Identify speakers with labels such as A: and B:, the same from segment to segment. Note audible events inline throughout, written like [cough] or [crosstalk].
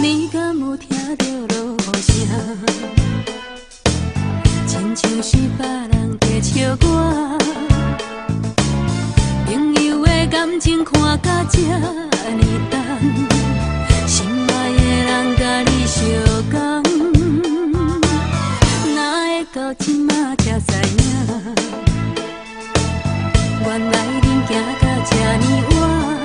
A: 你敢有听到落雨声？亲像是别人在笑我。朋友的感情看甲这呢重，心爱的人甲你相共，哪会到这马才知影？原来恁行到这呢晚。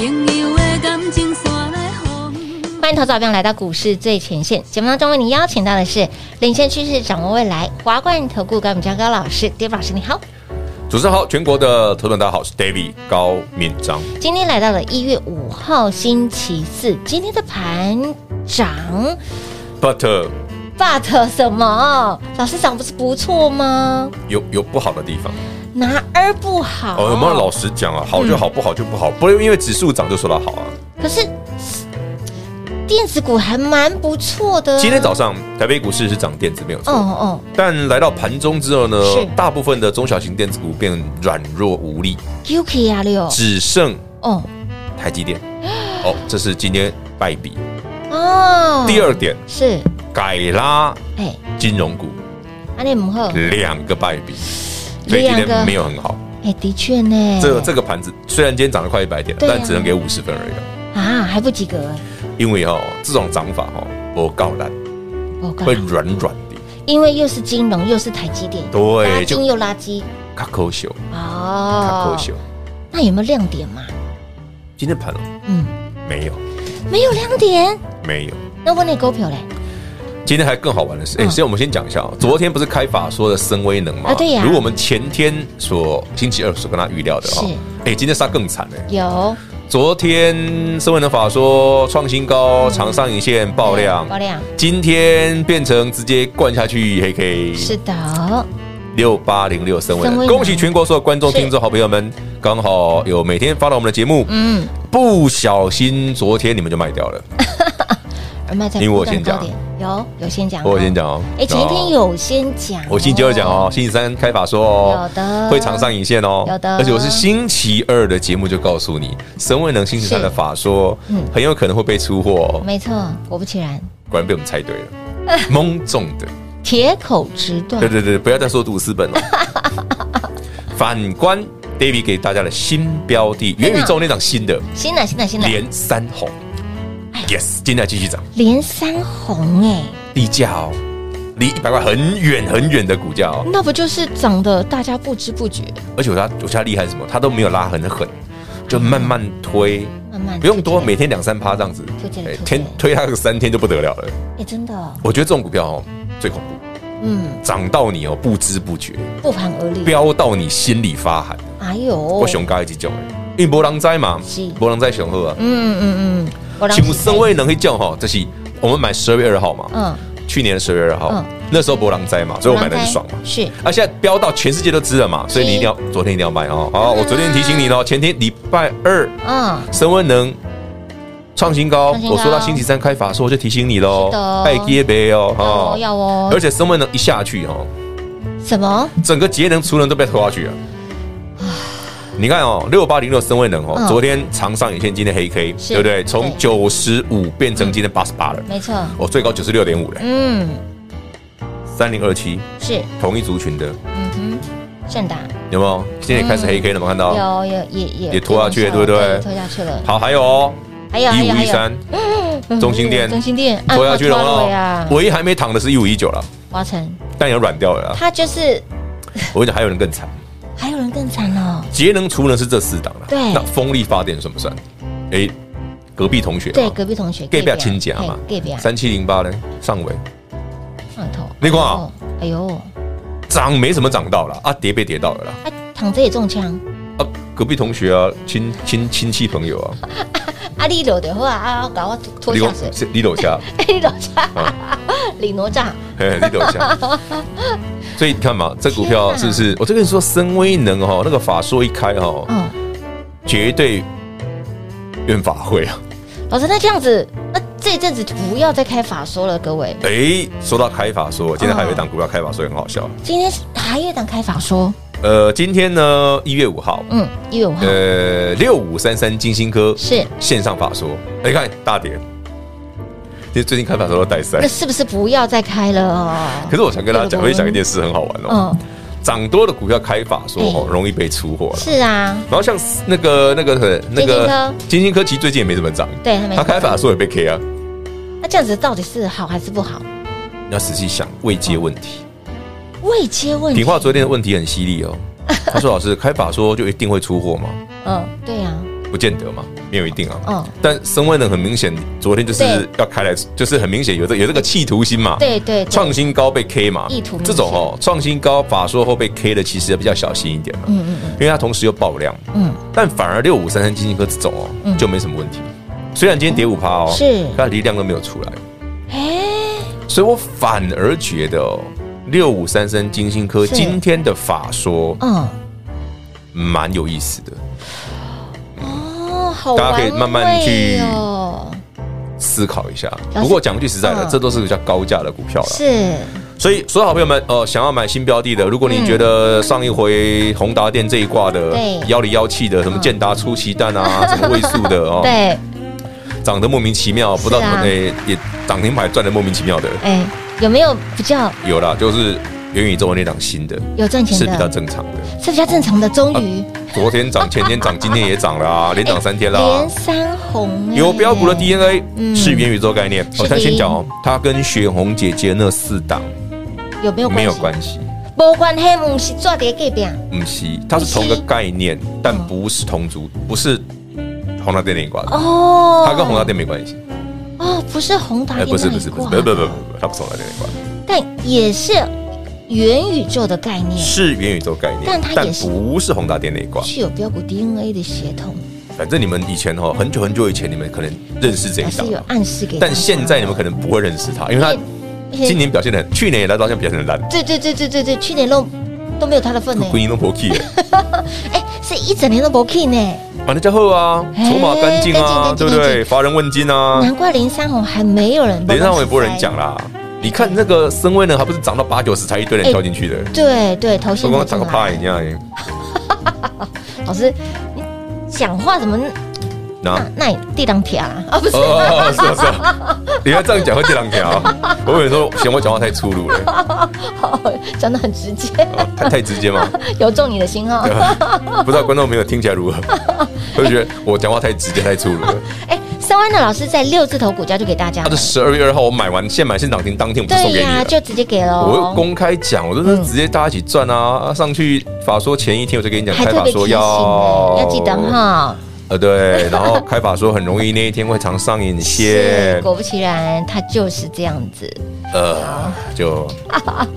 A: 朋友的感情山来风。
B: 欢迎投资者朋友来到股市最前线节目当中，为您邀请到的是领先趋势、掌握未来华冠投顾高敏章高老师，David 老师你好。
C: 主持人好，全国的投资人大家好，我是 David 高敏章。
B: 今天来到了一月五号星期四，今天的盘涨
C: But 呃
B: ，but 什么？老师涨不是不错吗？
C: 有有不好的地方，
B: 哪儿不好？嗯
C: 哦，有没有老实讲啊？好就好，不好就不好，不会因为指数涨就说它好啊。
B: 可是电子股还蛮不错的啊、
C: 今天早上台北股市是涨电子没有
B: 哦
C: 错，
B: 哦，
C: 但来到盘中之后呢
B: 是，
C: 大部分的中小型电子股变软弱无力，
B: Yuki 啊六，
C: 只剩
B: 哦
C: 台积
B: [gasps]
C: 电。哦，这是今天败笔。
B: 哦，
C: 第二点，
B: 是
C: 改拉
B: 哎，
C: 金融股
B: 阿内姆赫，
C: 两个败笔，所以今
B: 嗯两个
C: 天没有很好。
B: 哎，的确呢，
C: 这这个盘子虽然今天涨了快一百点，
B: 对啊
C: 但只能给五十分而已啊。
B: 啊还不及格哎，
C: 因为哦，这种涨法哦，不够难，
B: 我靠
C: 会，软软的，
B: 因为又是金融又是台积电，
C: 对
B: 拉
C: 就
B: 金又垃圾
C: 卡扣秀，卡
B: 啊哦
C: 扣，秀。
B: 那有没有亮点嘛？
C: 今天盘哦，
B: 嗯，
C: 没有，
B: 没有亮点，
C: 没有。
B: 那我那股票嘞
C: 今天还更好玩的是，哎，
B: 嗯
C: 先我们先讲一下哦，昨天不是开法说的深威能吗？
B: 啊对呀
C: 如果我们前天所星期二所跟他预料的哦，哎，今天杀更惨哎。
B: 有
C: 昨天深威能法说创新高，长上影线爆量
B: 爆，量，
C: 今天变成直接灌下去黑 K。
B: 是的，
C: 六八零六升
B: 升
C: 温
B: 温，
C: 恭喜全国所有观众、
B: 是
C: 听众、好朋友们，刚好有每天发到我们的节目，
B: 嗯，
C: 不小心昨天你们就卖掉
B: [laughs]
C: 了。
B: 而卖在
C: 因为
B: 波
C: 我
B: 段
C: 先讲
B: 高点，有有先讲，
C: 我先。讲哦，
B: 哎，前一天有先讲哦，
C: 我星期二讲哦，星期三开法说哦，
B: 有的
C: 会常上影线哦，
B: 有的
C: 而且我是星期二的节目就告诉你，神威能星期三的法说
B: 嗯，
C: 很有可能会被出货哦，
B: 没错，果不其然，
C: 果然被我们猜对
B: [laughs]
C: 了，蒙中的，
B: 铁口直断
C: 对。对对，不要再说杜斯
B: [laughs]
C: 本了。反观 David 给大家的新标的，
B: 啊
C: 元宇宙那档新的。
B: 新的新的新的，
C: 连三红，yes，今天还继续涨，
B: 连三红哎、
C: 低价哦，离一百块很远很远的股价哦，
B: 那不就是涨得大家不知不觉，
C: 而且我它我觉得它厉害是什么？它都没有拉很狠，就慢慢推，
B: 慢慢
C: 不用多，
B: 就
C: 每天两三趴这样子哎
B: 推荐，了推荐
C: 天
B: 了
C: 推它个三天就不得了了。
B: 哎、真的，
C: 我觉得这种股票哦最恐怖，
B: 嗯，
C: 涨到你哦不知不觉，
B: 不寒而栗。
C: 飙到你心里发寒。
B: 哎呦，
C: 我
B: 我
C: 熊高一级叫哎，因为波浪灾嘛
B: 是，
C: 波浪灾雄鹤啊，
B: 嗯嗯嗯，我
C: 请身位能去叫哈，这是我们买十二月二号嘛，
B: 嗯，
C: 去年的十月二号
B: 嗯，
C: 那时候博狼灾嘛，所以我买的很爽嘛。
B: 是
C: 啊，现在飙到全世界都知了嘛，所以你一定要昨天一定要买哦。好，我昨天提醒你了，前天礼拜二
B: 嗯，
C: 升温能创新高
B: 创，新高
C: 我说到星期三开法说我就提醒你喽
B: 是的，
C: 拜耶杯哦，
B: 哦
C: 哈。
B: 要哦
C: 而，且升温能一下去哦，
B: 什么？
C: 整个节能储能都被拖下去了。你看哦，六八零六升温能哦
B: 嗯，
C: 昨天长上影线，今天黑 K，
B: 是
C: 对不对？从
B: 对
C: 九十五变成今天八十八了，
B: 没错，
C: 我最高九十六点五了，
B: 嗯，
C: 三零二七。
B: 是，
C: 同一族群的，
B: 嗯哼，盛达
C: 有没有？今天也开始黑 K 了，有没有看到？
B: 嗯有有也也
C: 也拖下去了对不对
B: 拖下去了，
C: 好，还有哦，
B: 还有还
C: 一
B: 有
C: 五
B: 还
C: 一
B: 有
C: 三
B: 嗯
C: 中心店
B: 中心店
C: [laughs] 拖下去了
B: 呀
C: 哦，，唯一还没躺的是一五一九了，
B: 华晨，
C: 但也软掉了啦。
B: 他就是
C: 我跟你讲，还有人更惨，
B: 还
C: 啊
B: 有人更惨哦，
C: 节能储能是这四档了，啊
B: 对
C: 那风力发电算不算？哎，隔壁同学嘛，
B: 对，隔壁同学
C: 隔壁啊亲家嘛，
B: 隔壁啊，
C: 三七零八呢，上尾
B: 上头，
C: 你看啊
B: 哦，哎呦，
C: 涨没什么涨到了啊，跌被跌到了啦
B: 啊，躺着也中枪，
C: 啊，隔壁同学啊，亲亲亲戚朋友啊，
B: 啊，你落的话啊，搞我拖
C: 你
B: 下水， [laughs]
C: 讲你楼下，
B: 哎，你落下
C: 啊，
B: [laughs] 李哪吒，
C: 嘿你楼下，所以你看嘛，这股票是不是？我就跟你说，深威能哦，那个法说一开哦，
B: 嗯，
C: 绝对怨法会啊。
B: 老师，那这样子，那这阵子不要再开法说了，各位，
C: 哎，说到开法说，今天还有一档股票开法说也很好笑。
B: 今天还有一档开法说，
C: 呃，今天呢，一月五号，
B: 嗯，一月五号
C: 呃，六五三三金星科
B: 是
C: 线上法说，哎，看大跌，这最近开法说都带塞
B: 那。是不是不要再开了哦？
C: 可是我想跟大家讲，
B: 这个
C: 我也讲一件事很好玩哦
B: 嗯，。
C: 涨多的股票开法说哦，
B: 哎
C: 容易被出货了。
B: 是啊，
C: 然后像那个那个那个金星科，其实最近也没怎么涨，
B: 对，他没
C: 它开法说也被 K 啊。
B: 那这样子到底是好还是不好？
C: 你要仔细想未接问题。
B: 未接问题
C: 平，话昨天的问题很犀利哦， [laughs] 他说老师开法说就一定会出货吗？
B: 嗯，对呀，
C: 不见得嘛，没有一定啊。
B: 嗯
C: 但升温能很明显，昨天就是
B: 对
C: 要开来，就是很明显有这有这个企图心嘛。
B: 对对，对
C: 创新高被 K 嘛
B: 意图明，显
C: 这种哦，创新高法说后被 K 的，其实比较小心一点嘛，
B: 嗯嗯嗯
C: 因为它同时又爆量，
B: 嗯，
C: 但反而六五三三金星科这种哦，就没什么问题。虽然今天跌五趴哦，
B: 是
C: 但它离量都没有出来，
B: 哎，
C: 所以我反而觉得哦，六五三三金星科
B: 是
C: 今天的法说
B: 嗯。
C: 蛮有意思的，
B: 哦，好玩
C: 大家可以慢慢去
B: 味哦，
C: 思考一下。
B: 老师
C: 不过讲句实在的
B: 嗯，
C: 这都是比较高价的股票了。
B: 是
C: 所以，所有好朋友们，呃，想要买新标的的，如果你觉得上一回宏达电这一挂的
B: 嗯对，嗯
C: 妖里妖气的，什么建达出奇蛋
B: [laughs]
C: 啊，什么位数的哦，
B: 对，
C: 涨得莫名其妙，不知道
B: 是
C: 怎么
B: 啊
C: 诶，也涨停牌赚得莫名其妙的，
B: 哎，有没有比较
C: 有啦，就是元宇宙的那档新的，
B: 有赚钱
C: 是
B: 的？
C: 比较啊正常的。
B: 是比较正常的，终于、
C: 昨天涨，前天涨，今天也涨
B: [laughs]
C: 了啊，连涨三天啦
B: 连。三红、啊
C: 有标股的
B: 一，
C: DNA
B: 嗯
C: 是元宇宙概念，
B: 是
C: 我
B: 的
C: 先讲哦，它跟雪红姐姐那四档
B: 有没有
C: 没有
B: 关系？
C: 关系，
B: 没关系，不是做跌给别
C: 不是，它是同个概念，但不是同族，不是宏达电那一挂的，
B: 嗯哦。
C: 它跟宏达电没关系，
B: 哦，不是宏达
C: 哎，
B: 电
C: 不
B: 那
C: 是
B: 一
C: 不是不是，
B: 挂
C: 不是不是不是，不是它不是宏达电那一挂，
B: 但也是元宇宙的概念，
C: 是元宇宙概念，
B: 但它也是
C: 不是宏达电那一挂。
B: 具有标股 DNA 的协同，
C: 反正你们以前哦，很久很久以前，你们可能认识这
B: 老
C: 一
B: 师
C: 档，
B: 有暗示给大家，
C: 啊但现在你们可能不会认识它，因为它
B: 而且
C: 今年表现的，去年也来到现在表现的烂，
B: 对对对对对对，去年都都没有他的份呢，
C: 归因都破 key 了。
B: 哎、是一整年都没 K 呢。
C: 把那叫后啊，
B: 哎
C: 筹码干净啊，
B: 干净嗯
C: 对不
B: 干
C: 对？
B: 净
C: 乏人问津啊，
B: 难怪林三红还没有人，
C: 连上我也不会有人讲。啦。你看那个深威呢，还不是涨到八九十才一堆人
B: 哎
C: 跳进去的，
B: 对对，头
C: 我
B: 先
C: 光
B: 才
C: 涨
B: 进
C: 个趴
B: 来
C: 一。样。
B: 老师，你讲话怎么
C: 啊那
B: 那那你地当铁啊？啊， [laughs] 不是，
C: 哦，是啊是啊，你要这样讲会这两条。 [laughs] 我有人说嫌我讲话太粗鲁了，
B: 讲的很直接，
C: 哦太太直接嘛，
B: 有中你的心
C: 啊
B: 哦。
C: 不知道观众朋友听起来如何？会不会觉得我讲话太直接太粗鲁了。
B: 哎，三湾的老师在六字头股价就给大家
C: 他
B: 了
C: 是，十二月二号我买完现买现涨停当天我就送
B: 对
C: 给你
B: 呀，
C: 了。
B: 就直接给了
C: 我又
B: 哦。
C: 公开讲，我就是直接大家一起赚啊！上去法说前一天我就跟你讲，
B: 还
C: 开
B: 特
C: 法
B: 别提
C: 说
B: 醒呢，
C: 要
B: 要记得。哈。[laughs]
C: 呃，对，然后开法说很容易那一天会常上瘾
B: 是
C: 线，
B: 果不其然，他就是这样子。
C: 呃，就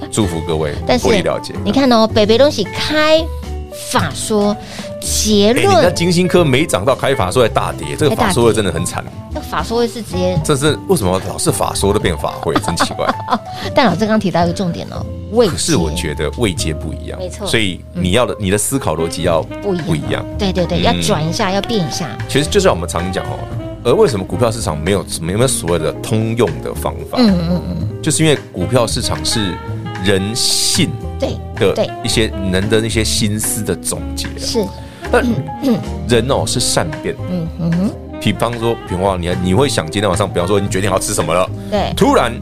C: 祝福各位
B: [laughs] 但，是
C: 获利了解。啊
B: 你看哦，北北东西开法说结
C: 哎，你那
B: 论，
C: 金星科没涨到开法说还
B: 哎
C: 大跌，这个法说的真的很惨。
B: 那法说会是直接
C: 这是为什么老是法说都变法会，真
B: [laughs]
C: 奇怪。
B: 哎但老师刚刚提到一个重点哦，位置
C: 可是我觉得位阶不一样，
B: 没错嗯
C: 所以你要的你的思考逻辑要
B: 不一样，
C: 不一样。
B: 对对对，
C: 嗯
B: 要转一下，要变一下，
C: 其实就像我们常讲哦，而为什么股票市场没有没有所谓的通用的方法，
B: 嗯嗯嗯，
C: 就是因为股票市场是人性
B: 对
C: 的
B: 对
C: 一些人的那些心思的总结。啊
B: 是，
C: 那人哦是善变，
B: 嗯嗯哼，
C: 比方说，比方说你你会想今天晚上，比方说你决定要吃什么了，
B: 对，
C: 突然，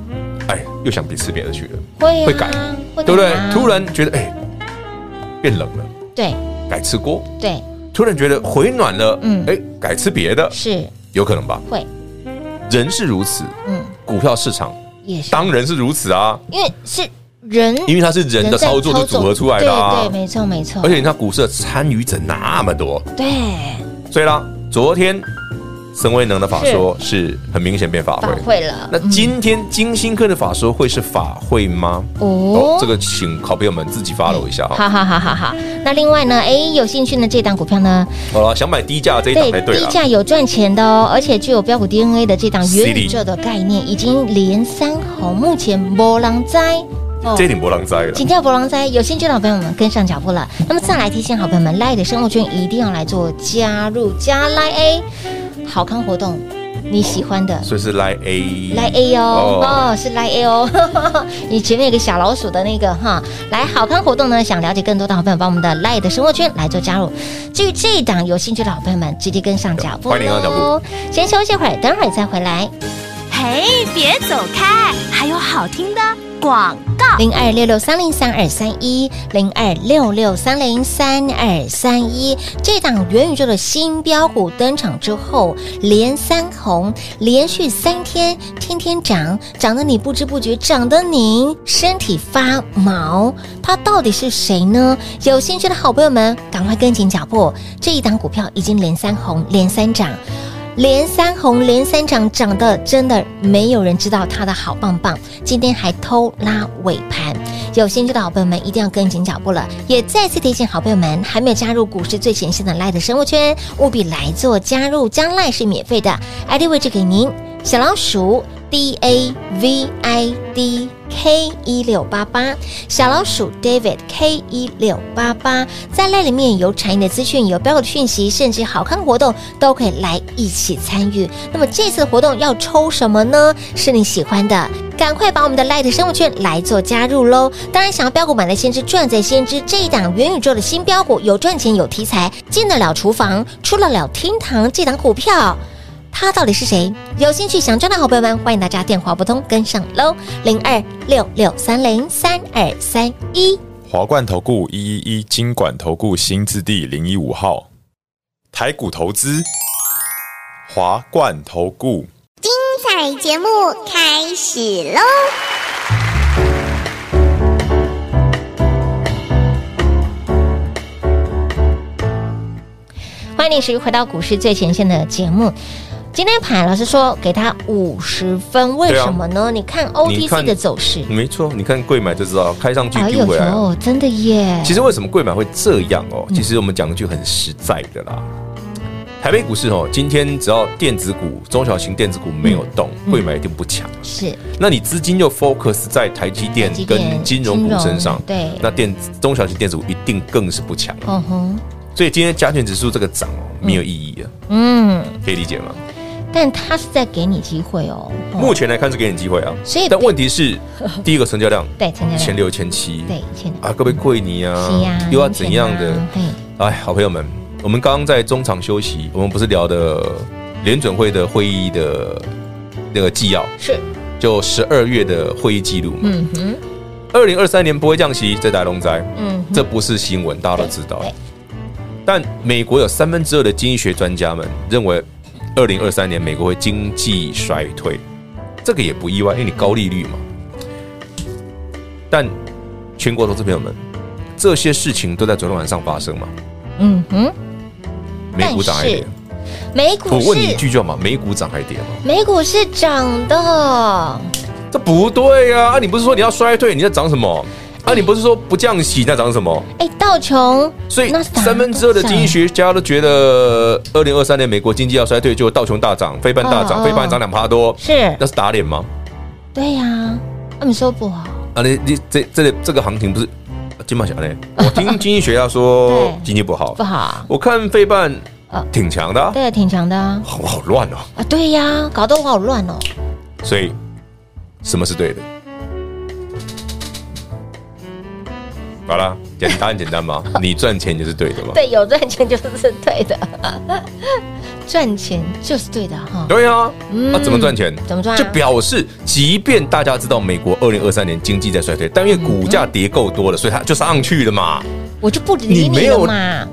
C: 哎，又想别吃别的去了，
B: 会啊
C: 会改，
B: 会
C: 对不对
B: 改啊？
C: 突然觉得哎，变冷了，
B: 对
C: 改吃锅；
B: 对
C: 突然觉得回暖了，嗯
B: 嗯，
C: 哎，改吃别的，
B: 是
C: 有可能吧？
B: 会，
C: 人是如此，
B: 嗯，
C: 股票市场
B: 也是，
C: 当然是如此啊，
B: 因为是人
C: 因为它是人的操作就组合出来的啊
B: 对对，。没错没错，
C: 而且你看股市的参与者那么多，
B: 对
C: 所以啦，昨天森威能的法说是很明显变法
B: 法
C: 会。
B: 会嗯了
C: 那今天金星科的法说会是法会吗？哦
B: 哦，，
C: 这个请好朋友们自己 follow 一下哈。
B: 好好好好好。那另外呢，哎，有兴趣呢，这档股票呢，
C: 好了，想买低价这一档才对啊
B: 低
C: 了。
B: 价有赚钱的哦，而且具有标股 DNA 的这档
C: CD
B: 元宇宙的概念，已经连三好，目前没人灾哦
C: 这一顶波浪灾了，
B: 紧跳博龙灾，有兴趣的好朋友们跟上脚步了。那么再来提醒好朋友们，赖的生物圈一定要来做加入加赖 A 好康活动，你喜欢的。
C: 所以是来 A
B: 来 A 哦，
C: 嗯哦
B: 哦是来 A 哦， [laughs] 你前面有个小老鼠的那个哈，来好康活动呢，想了解更多的好朋友，把我们的 Light 的生活圈来做加入。至于这一档有兴趣的好朋友们，直接跟上脚步
C: 欢迎跟上脚
B: 喽。先休息会儿，等会儿再回来。
D: 嘿，别走开，还有好听的广告。
B: 零二六六三零三二三一，零二六六三零三二三一。这档元宇宙的新标股登场之后，连三红，连续三天天天涨，涨得你不知不觉，涨得您身体发毛。它到底是谁呢？有兴趣的好朋友们，赶快跟紧脚步，这一档股票已经连三红，连三涨。连三红，连三涨，涨的真的没有人知道它的好棒棒。今天还偷拉尾盘，有兴趣的好朋友们一定要跟紧脚步了。也再次提醒好朋友们，还没有加入股市最前线的 Light 生活圈，务必来做加入，将来是免费的，ID 位置给您，小老鼠 D A V I D。K 一六八八小老鼠 David K 一六八八，在那里面有产业的资讯，有标股的讯息，甚至好看活动都可以来一起参与。那么这次活动要抽什么呢？是你喜欢的，赶快把我们的 Light 生物圈来做加入喽！当然，想要标股买在先知，赚在先知，这一档元宇宙的新标股，有赚钱，有题材，进得了厨房，出得了厅堂，这档股票。他到底是谁？有兴趣想赚的好朋友们，欢迎大家电话拨通跟上喽，零二六六三零三二三一。
E: 华冠投顾一一一金管投顾新字第零一五号，台股投资，华冠投顾。
F: 彩节目开始喽！
B: 欢迎你持续回到股市最前线的节目。今天盘老师说给他五十分，为
C: 对啊
B: 什么呢？你看
C: 你
B: OTC
C: 看
B: 的走势，
C: 没错，你看贵买就知道，开上去
B: 哎
C: 丢
B: 呦
C: 回来了。
B: 呦，真的耶！
C: 其实为什么贵买会这样哦？
B: 嗯
C: 其实我们讲一句很实在的啦。台北股市哦，今天只要电子股、中小型电子股没有动，
B: 嗯
C: 贵买一定不强。
B: 是
C: 那你资金又 focus 在台积电
B: 台积电
C: 跟金融股身上，
B: 金融对
C: 那电中小型电子股一定更是不强了。
B: 嗯哼，
C: 所以今天加权指数这个涨哦，没有意义了，
B: 嗯，
C: 可以理解吗？
B: 但他是在给你机会哦。哦
C: 目前来看是给你机会啊，
B: 所以
C: 但问题是，第一个成交量
B: 对成交量
C: 千六千七，
B: 哦对，现在
C: 啊，各位贵你
B: 是呀
C: 啊，，又要怎样
B: 明
C: 的
B: 显啊？嘿，
C: 哎，好朋友们，我们刚刚在中场休息，我们不是聊的联准会的会议的那个纪要，
B: 是，
C: 就十二月的会议记录嘛。
B: 嗯哼，
C: 二零二三年不会降息，这打龙灾，
B: 嗯哼，
C: 这不是新闻，大家都知道
B: 对对。
C: 但美国有三分之二的经济学专家们认为，二零二三年美国会经济衰退，这个也不意外，因为你高利率嘛。但全国投资朋友们，这些事情都在昨天晚上发生嘛？
B: 嗯哼，
C: 美股涨还跌
B: 但是，美股
C: 我问你一
B: 是
C: 句就好嘛，美股涨还跌吗？
B: 美股是涨的，
C: 这不对呀、啊！你不是说你要衰退，你在涨什么？啊，你不是说不降息，你在涨什么？
B: 哎，道琼，
C: 所以
B: 纳斯达克
C: 三分之二的经济学家都觉得，二零二三年美国经济要衰退，就道琼大涨，非半大
B: 哦
C: 涨，
B: 哦
C: 非半涨两趴多，
B: 是
C: 那是打脸吗？
B: 对呀、他们说不好，
C: 啊，你你这这个这个行情不是金
B: [laughs]
C: 马奖嘞？我听经济学家说
B: 对
C: 经济不好
B: 不，好，
C: 我看非半
B: 呃
C: 挺强的啊，
B: 对，挺强的啊，
C: 好好乱哦。
B: 啊对呀、搞得我好乱哦，
C: 所以什么是对的？好啦，简单简
B: [laughs]
C: 单嘛，你赚钱就是对的嘛。
B: 对，有赚钱就是对的， [laughs] 赚钱就是对的哈，
C: 对啊，
B: 嗯
C: 那、怎么赚钱？
B: 怎么赚啊嗯
C: 就表示，即便大家知道美国二零二三年经济在衰退，但因为股价跌够多了，所以它就上去了嘛。
B: 我就不理
C: 你没
B: 你
C: 有
B: 了嘛，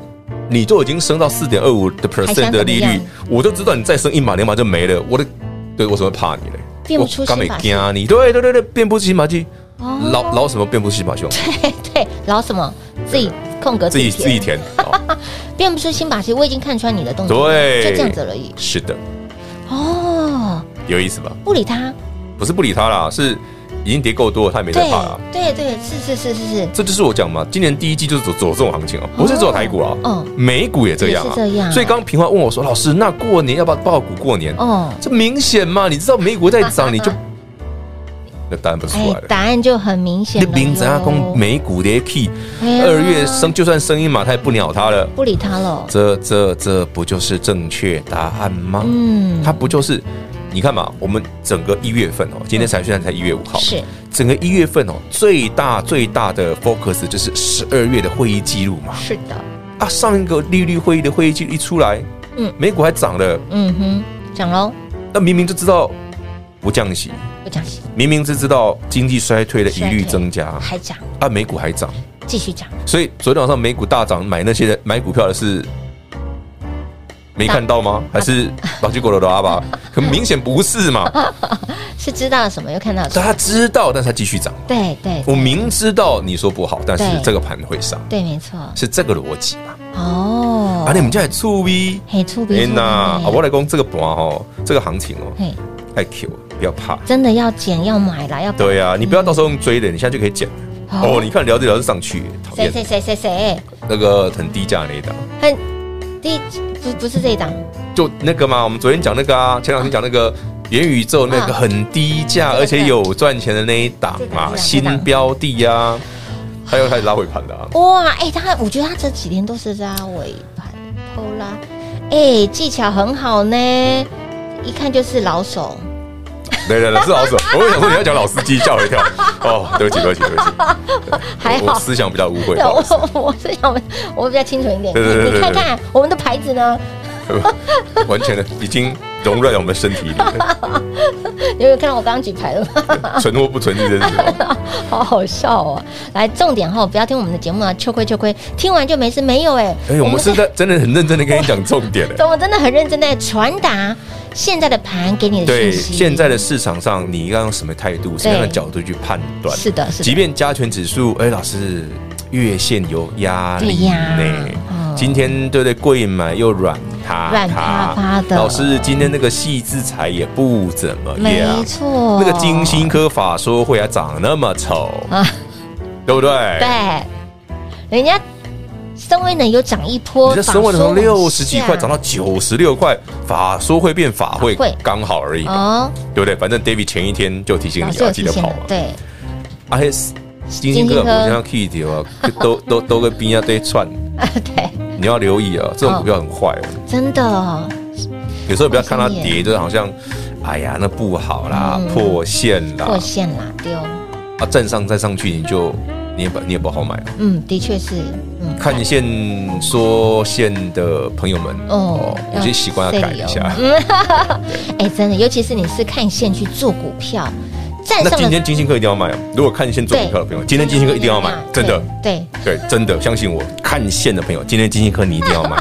C: 你都已经升到四点二五的
B: 还想
C: percent
B: 怎
C: 的
B: 么
C: 利
B: 样
C: 率，我都知道你再升一码两码就没了。我的，对我怎么会怕你嘞？
B: 变不出
C: 我刚没
B: 新马哦
C: 惊啊你，对对对对，变不出新马迹，老老什么变不出新马兄，
B: 嘿对，老什么 [laughs] 自己空格
C: 自己自己
B: 填，
C: 填。好哦
B: 变不出新把戏，我已经看穿你的动作，
C: 对，
B: 就这样子而已，
C: 是的，
B: 哦，
C: 有意思吧？
B: 不理他，
C: 不是不理他啦，是已经跌够多了，他也没在
B: 对
C: 怕啊啦。
B: 对对，是是是是是，
C: 这就是我讲嘛，今年第一季就是走走这种行情啊，不是走台股啊，
B: 哦
C: 美股也这样啊。
B: 也是这样
C: 所以刚刚平花问我说，老师，那过年要不要爆股过年？
B: 哦，
C: 这明显嘛，你知道美股在
B: [laughs]
C: 涨，你就那答案不出
B: 哎
C: 来，了。
B: 答案就很明显
C: 你
B: 了哟。
C: 明咱公美股的 key，
B: 哎呀
C: 二月升就算升一码，他也不鸟他了。
B: 不理他了，
C: 这这这不就是正确答案吗？
B: 嗯，
C: 它不就是你看嘛，我们整个一月份哦，今天财讯才一月五号，
B: 是
C: 整个一月份哦，最大最大的 focus 就是十二月的会议记录嘛。
B: 是的，
C: 啊，上一个利率会议的会议记录一出来，
B: 嗯
C: 美股还涨了，
B: 嗯哼，讲喽，
C: 那明明就知道不降息，
B: 不讲戏，
C: 明明就知道经济衰退的疑
B: 衰
C: 虑
B: 退
C: 增加，
B: 还讲，
C: 啊，美股还涨，
B: 继续讲，
C: 所以昨天晚上美股大涨，买那些人买股票的是。没看到吗？还是老结果的
B: [laughs]
C: 阿吧？很明显不是嘛，
B: 是知道了什么，又看到了什
C: 大
B: 么，
C: 家知道，但是它继续涨。
B: 对对，
C: 我
B: 对
C: 明知道你说不好，但是
B: 对
C: 这个盘会上，
B: 对，没错，
C: 是这个逻辑嘛？
B: 哦，
C: 啊，你们家也醋逼，
B: 嘿，出鼻
C: 天
B: 出
C: 哪！
B: 鼻
C: 啊，我来讲这个盘哦，这个行情哦，
B: 嘿，
C: 太 Q 了，不要怕。
B: 真的要捡要买啦，要把
C: 对啊，你不要到时候用追的，你现在就可以减。
B: 哦
C: 哦，你看聊着聊着上去，讨
B: 谁
C: 厌
B: 谁谁谁谁，
C: 那个很低价那一档，
B: 很第不不是这一档，
C: 就那个嘛，我们昨天讲那个啊，前两天讲那个元宇宙那个
B: 啊
C: 很低价
B: 对
C: 而且有赚钱的那一档
B: 这档
C: 啊，
B: 这档
C: 新
B: 这档
C: 标的啊，还有开始拉回盘的啊。
B: 哇，哎、他我觉得他这几天都是在尾盘偷拉，哎、技巧很好呢，一看就是老手，
C: 对对对，是老手。我也想说你要讲老司机，吓我一跳。哦，对不起，对不起，对
B: [laughs]
C: 不起。
B: 还
C: 我
B: 好。
C: 思想比较污啊秽。
B: 对，
C: 不好意思
B: 我我是想，我比较清楚一点。
C: 对对对对
B: 你看
C: 对
B: 看我们的牌子呢，
C: [laughs] 完全的已经融入在我们身体里
B: [laughs]
C: 了，
B: 有没有看到我刚刚举牌了 [laughs] 吗？
C: 存或不存这件事哦。
B: 好好笑哦！来，重点哈，不要听我们的节目啊，吃亏吃亏，听完就没事。没有哎、
C: 哎，我们是在真的很认真的跟你讲重点
B: [laughs]
C: 的。
B: 我们真的很认真在传达现在的盘给你的
C: 对，
B: 讯息。
C: 现在的市场上，你要用什么态度、什么样的角度去判断？
B: 是的，是的，
C: 即便加权指数，哎，老师月线有压
B: 对
C: 力
B: 呀
C: 呢
B: 嗯。
C: 今天对不对？贵买又软塌
B: 软趴趴的
C: 老师今天那个细字材也不怎么
B: 没
C: 样。
B: 错，
C: 那个金星科法说会还长那么丑
B: 啊
C: 啊，对不对？
B: 对，人家升威能有涨一波，
C: 你在升温的时候
B: 法说往
C: 六十几块
B: 下
C: 涨到九十六块，法说会变法会
B: 法会，
C: 刚好而已嘛，
B: 哦，
C: 对不对？反正 David 前一天就提醒
B: 老
C: 你
B: 师
C: 要
B: 有
C: 记
B: 提
C: 得
B: 醒
C: 跑
B: 了
C: 嘛，。
B: 对， [laughs]
C: 啊，嘿，金星
B: 金
C: 科
B: 星科
C: 我现在 key 掉啊，都都都跟冰啊堆串，
B: 啊对，
C: 你要留意啊，这种股票很坏哦。
B: 真的哦，
C: 有时候不要看它
B: 好像
C: 跌，
B: 也
C: 就是好像，哎呀，那不好啦
B: 嗯，
C: 破线啦
B: 破，线啦，丢，
C: 啊，站上站上去你就你也不你也不好买。啊
B: 嗯，的确是，嗯，
C: 看线缩线的朋友们
B: 哦
C: 哦，有些习惯要改一下。 [laughs]
B: [laughs] 哎，真的，尤其是你是看线去做股票，站
C: 那
B: 上
C: 今
B: 了
C: 天金星科一定要买哦，如果看线做股票的朋友，今天金星科一定要买，
B: 对
C: 真的，
B: 对，
C: 对，真的，相信我，看线的朋友，今天金星科你一定要
B: [laughs]
C: 买。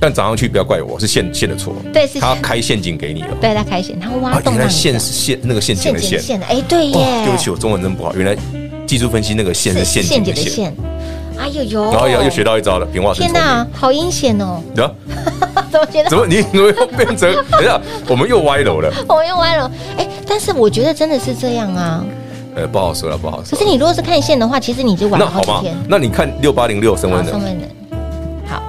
C: 但涨上去不要怪我，是线线的错，
B: 对是
C: 他开陷阱给你了。
B: 对他开线，他挖
C: 啊，
B: 洞让
C: 原来
B: 你
C: 陷
B: 的
C: 是陷那个陷阱
B: 陷
C: 的
B: 阱
C: 陷，
B: 线的，哎，对
C: 哇
B: 耶，
C: 对不起，我中文真不好。原来技术分析那个线是陷
B: 陷阱
C: 阱的
B: 的
C: 陷，
B: 线，哎呦呦，
C: 然后又又学，到一招了，平话真
B: 天
C: 聪明
B: 哪，好阴险哦，。
C: 啊
B: [laughs] 怎么觉得
C: 怎么你 [laughs] 怎么又变成？等一下，我们又歪楼了。
B: 我用歪了，哎、但是我觉得真的是这样啊。
C: 呃，不好说了，不好
B: 可
C: 说
B: 是。你如果是看线的话，其实你就玩
C: 那
B: 了好
C: 好
B: 几
C: 吗
B: 天。？啊
C: 那你看六八零六升温
B: 好上
C: 的，
B: 面的，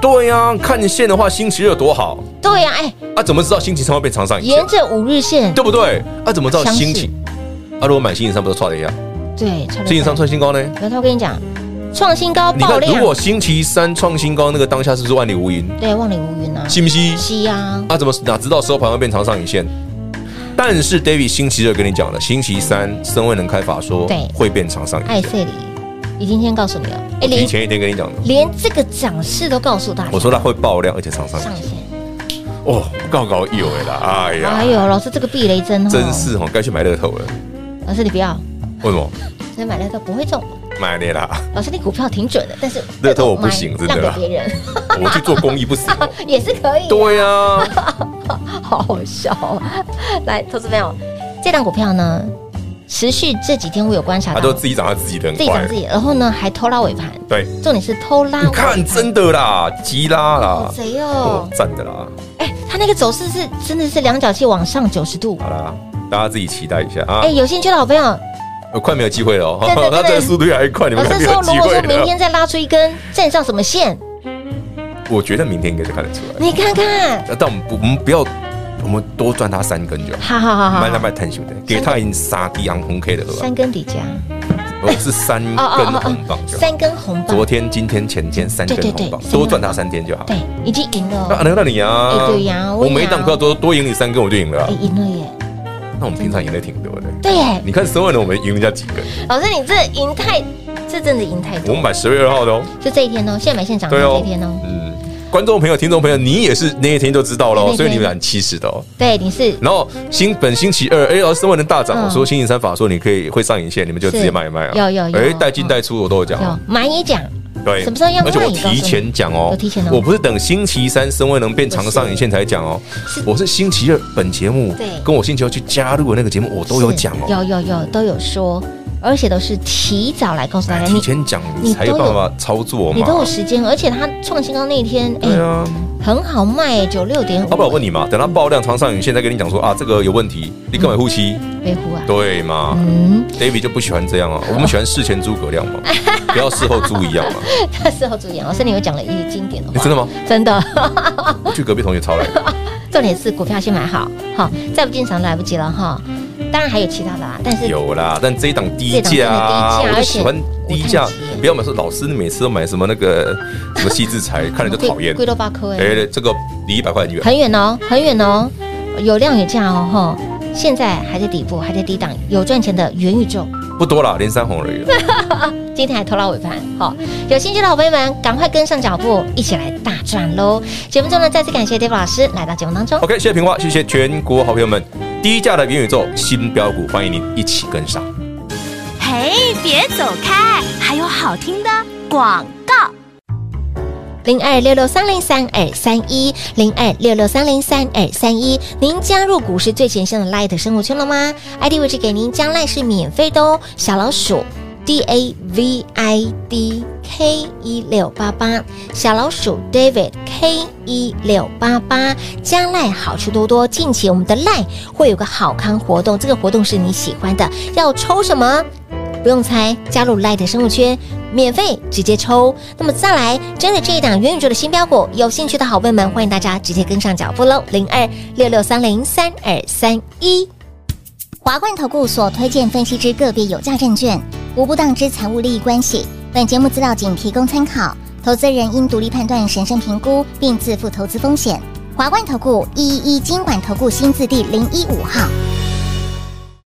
C: 对呀、看线的话，星期二多好
B: 对呀、哎、
C: 啊！怎么知道星期三会变长上一
B: 沿
C: 线？
B: 着五日线，
C: 对不对？啊，怎么知道
B: 相似
C: 星期？啊，如果买星期三不是错了一样？
B: 对，差不多
C: 星期三创新高呢？
B: 然后我跟你讲，创新高
C: 你
B: 爆
C: 看，如
B: 量，
C: 果星期三创新高，那个当下是不是万里无云？
B: 对，万里无云啊，
C: 信不信？
B: 西呀，
C: 啊，怎么哪知道收盘会变长上影线？但是 David 星期二跟你讲了，星期三升温能开法说
B: 对哎
C: 会变长上
B: 艾
C: 影线，
B: 费里已经先告诉你了，哎、
C: 提
B: 连
C: 前一天跟你讲的。
B: 连这个涨势都告诉大家，
C: 我说它会爆量，而且长上影
B: 上
C: 线。
B: 线，
C: 哦，告告有哎啦，哎呀，
B: 哎呦，老师这个避雷针哦，
C: 真，是哦，该去买乐透了。
B: 老师你不要，
C: 为什么？
B: 你买乐透不会中，
C: 买你啦，
B: 老师你股票挺准的，但是
C: 乐透我
B: 买
C: 不行真的
B: 让给
C: 啦
B: 别人 [laughs]
C: 我去做公益不行哦。
B: 也是可以、啊，
C: [laughs] 对呀，
B: [laughs] 好好笑、哦。来，投资朋友，这档股票呢，持续这几天我有观察
C: 他
B: 到，
C: 都自己涨，他自己的很
B: 自己涨
C: 快
B: 自。己，啊然后呢还偷拉尾盘，
C: 对，
B: 重点是偷拉
C: 你
B: 尾盘，
C: 看真的啦，急拉啦
B: 好，贼
C: 哦
B: 哦，
C: 赞的啦，
B: 哎、它它那个走势是真的是两脚气往上九十度。
C: 好啦，大家自己期待一下啊
B: 哎，！有兴趣的好朋友，
C: 呃快没有机会了 [laughs]
B: 对对
C: 哦，
B: 对
C: 它这个速度越来越快，你
B: 老
C: 们快
B: 师
C: 没
B: 说
C: 有
B: 如
C: 机
B: 果
C: 会
B: 说明
C: 了。
B: 天再拉出一根，站上什么线？
C: 我觉得明天应该就看得出来。
B: 你看看，
C: 呃但我们不，我们不要，我们多赚它三根就
B: 好
C: 好。
B: 好好好
C: 慢
B: 好，
C: 慢慢探修的，给它已经杀低昂红 K 的了吧
B: 三，根底加，
C: 我是三根
B: 哦
C: 红棒就好。
B: 三根红棒
C: 昨，天、今天、前天三根
B: 对对对
C: 红棒
B: 三，根
C: 多赚它三天就好。
B: 对，已经赢了
C: 那
B: 哦，
C: 轮到你啊
B: 哎！对呀我
C: 我每一档
B: 赢啊
C: 股票多多赢你三根，我就赢了啊
B: 哎，。赢了耶，
C: 那我们平常赢的挺多的。
B: 对耶，
C: 你看所有人，我们赢人家几个？
B: 老师你这赢太，这真的赢太
C: 我
B: 多
C: 们，买十月二号的哦。
B: 就这一天哦，现买现涨的
C: 对
B: 这
C: 哦
B: 一天哦，，
C: 嗯，观众朋友、听众朋友，你也是那一天就知道了
B: 对对
C: 哦，所以你们
B: 对
C: 很七十的哦。
B: 对，你是
C: 然后星本星期二，哎，老师中文能大涨，
B: 嗯
C: 我说星期三法说你可以会上影线，你们就直接买一卖啊。
B: 是有有有
C: 哎，带进带出我都有讲
B: 有
C: 哦。
B: 满也讲，
C: 对，
B: 什么时候要卖
C: 而且我
B: 你告诉
C: 提前讲哦，
B: 有提前哦
C: 我不是等星期三升温能变长上影线才讲哦
B: 是，
C: 我是星期二本节目
B: 对
C: 跟我星期二去加入的那个节目，我都有讲哦，
B: 有有有都有说，而且都是提早来告诉大家，
C: 哎提
B: 你
C: 前讲
B: 你
C: 你才有
B: 都有
C: 办法操作
B: 你都有
C: 嘛。
B: 时间，而且它创新高那一天，哎、
C: 对啊，
B: 很好卖，九六点五，
C: 要不然我问你嘛，等它爆量长上影线再跟你讲说啊，这个有问题，你干嘛护膝？
B: 维护啊，
C: 对嘛
B: 嗯， [laughs]
C: ？David 就不喜欢这样啊，我们喜欢事前诸葛亮嘛，不要事后诸一样嘛。
B: 那时候主演老哦师你有讲了一些经典的
C: 你
B: 话，
C: 真的吗？
B: 真的， [laughs]
C: 去隔壁同学抄来的，
B: 重点是股票先买好，好，再不进场来不及了哈。当然还有其他的啦，但是
C: 有啦，但这一档低
B: 这一
C: 价
B: 档
C: 啊，
B: 真的低价
C: 我就喜欢低价
B: 而且我太急了，
C: 不要买说老师你每次都买什么那个什么西制材，看了就讨厌
B: 贵。到八颗哎，
C: 哎，这个离一百块很远，
B: 很远哦，很远哦，有量有价哦哈。现在还在底部，还在低档，有赚钱的元宇宙，
C: 不多啦，连三红而已啦。
B: 今天还偷拉尾盘，好、有兴趣的好朋友们，赶快跟上脚步，一起来大赚喽！节目中呢，再次感谢 David 老师来到节目当中。
C: OK，谢谢平花，谢谢全国好朋友们，低价的元宇宙新标股，欢迎您一起跟上。
D: 嘿，别走开，还有好听的广告。
B: 零二六六三零三二三一零二六六三零三二三一。您加入股市最前线的 Light 生活圈了吗？ID 位置给您，将来是免费的哦。小老鼠 D A V I D K 一六八八，小老鼠 David K 一六八八。加赖好处多多，近期我们的赖会有个好康活动，这个活动是你喜欢的，要抽什么？不用猜，加入 Light 生物圈，免费直接抽。那么再来，真的这一档元宇宙的新标股，有兴趣的好朋友们，欢迎大家直接跟上脚步喽，零二六六三零三二三一。
F: 华冠投顾所推荐分析之个别有价证券，无不当之财务利益关系。本节目资料仅提供参考，投资人应独立判断、审慎评估，并自负投资风险。华冠投顾一一一金管投顾新字第零一五号。